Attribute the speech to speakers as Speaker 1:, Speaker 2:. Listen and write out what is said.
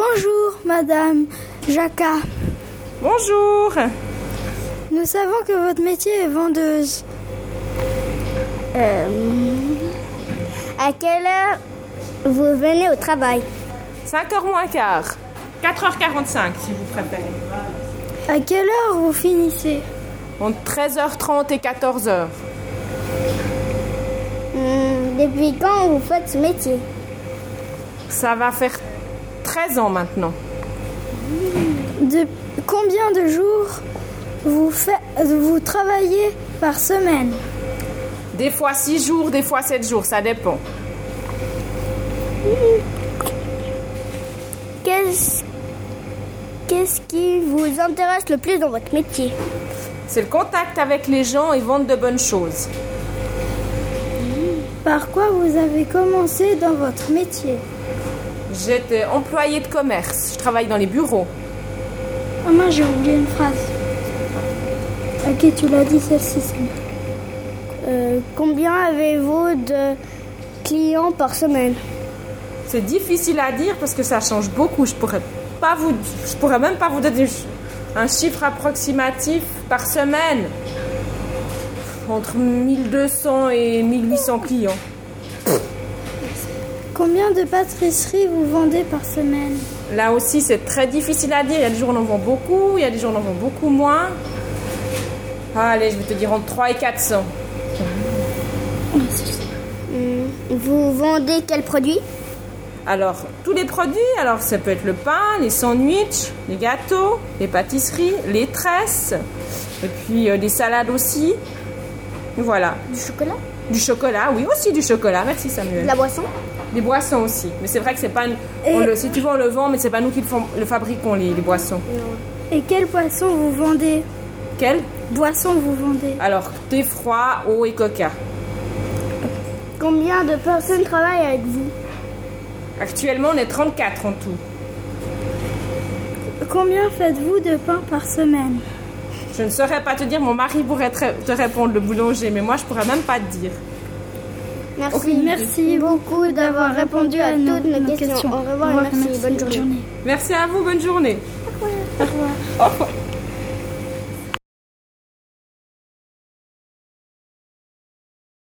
Speaker 1: Bonjour, Madame Jacquat.
Speaker 2: Bonjour.
Speaker 1: Nous savons que votre métier est vendeuse.
Speaker 3: Euh, À quelle heure vous venez au travail
Speaker 2: 5h moins quart. 4h45 si vous préférez.
Speaker 1: À quelle heure vous finissez
Speaker 2: Entre 13h30 et 14h.
Speaker 3: Hmm, Depuis quand vous faites ce métier
Speaker 2: Ça va faire 13 ans maintenant.
Speaker 1: De combien de jours vous, fait- vous travaillez par semaine
Speaker 2: Des fois 6 jours, des fois 7 jours, ça dépend.
Speaker 3: Qu'est-ce qu'est-ce qui vous intéresse le plus dans votre métier
Speaker 2: C'est le contact avec les gens et vendre de bonnes choses.
Speaker 1: Par quoi vous avez commencé dans votre métier
Speaker 2: J'étais employée de commerce. Je travaille dans les bureaux.
Speaker 1: Oh mince, j'ai oublié une phrase. Ok, tu l'as dit, celle-ci. c'est bon.
Speaker 3: Euh, Combien avez-vous de clients par semaine
Speaker 2: C'est difficile à dire parce que ça change beaucoup. Je pourrais pas vous, je pourrais même pas vous donner un chiffre approximatif par semaine. Entre 1200 et 1800 clients.
Speaker 1: Combien de pâtisseries vous vendez par semaine
Speaker 2: Là aussi, c'est très difficile à dire. Il y a des jours où on en vend beaucoup, il y a des jours où on en vend beaucoup moins. Allez, je vais te dire entre 3 et 400.
Speaker 3: Hmm, Vous vendez quel produit
Speaker 2: Alors, tous les produits, alors ça peut être le pain, les sandwichs, les gâteaux, les pâtisseries, les tresses, et puis euh, des salades aussi. Voilà.
Speaker 3: Du chocolat
Speaker 2: Du chocolat, oui, aussi du chocolat. Merci Samuel.
Speaker 3: De la boisson
Speaker 2: Des boissons aussi. Mais c'est vrai que c'est pas. une- on
Speaker 1: Et-
Speaker 2: le, si tu veux, on le vend, mais c'est pas nous qui le, fam- le fabriquons, les, les boissons.
Speaker 1: Et quel poisson vous vendez
Speaker 2: Quelles
Speaker 1: Boisson vous vendez
Speaker 2: Alors, thé froid, eau et coca.
Speaker 3: Combien de personnes travaillent avec vous
Speaker 2: Actuellement, on est 34 en tout.
Speaker 1: Combien faites-vous de pain par semaine
Speaker 2: Je ne saurais pas te dire, mon mari pourrait te te répondre, le boulanger, mais moi, je pourrais même pas te dire.
Speaker 3: Merci.
Speaker 1: Merci beaucoup d'avoir répondu à,
Speaker 3: toutes
Speaker 1: nos-
Speaker 3: nos
Speaker 1: nos
Speaker 3: questions.
Speaker 1: questions.
Speaker 3: Au revoir, merci. Bonne journée.
Speaker 2: Merci à vous, bonne journée. Au revoir.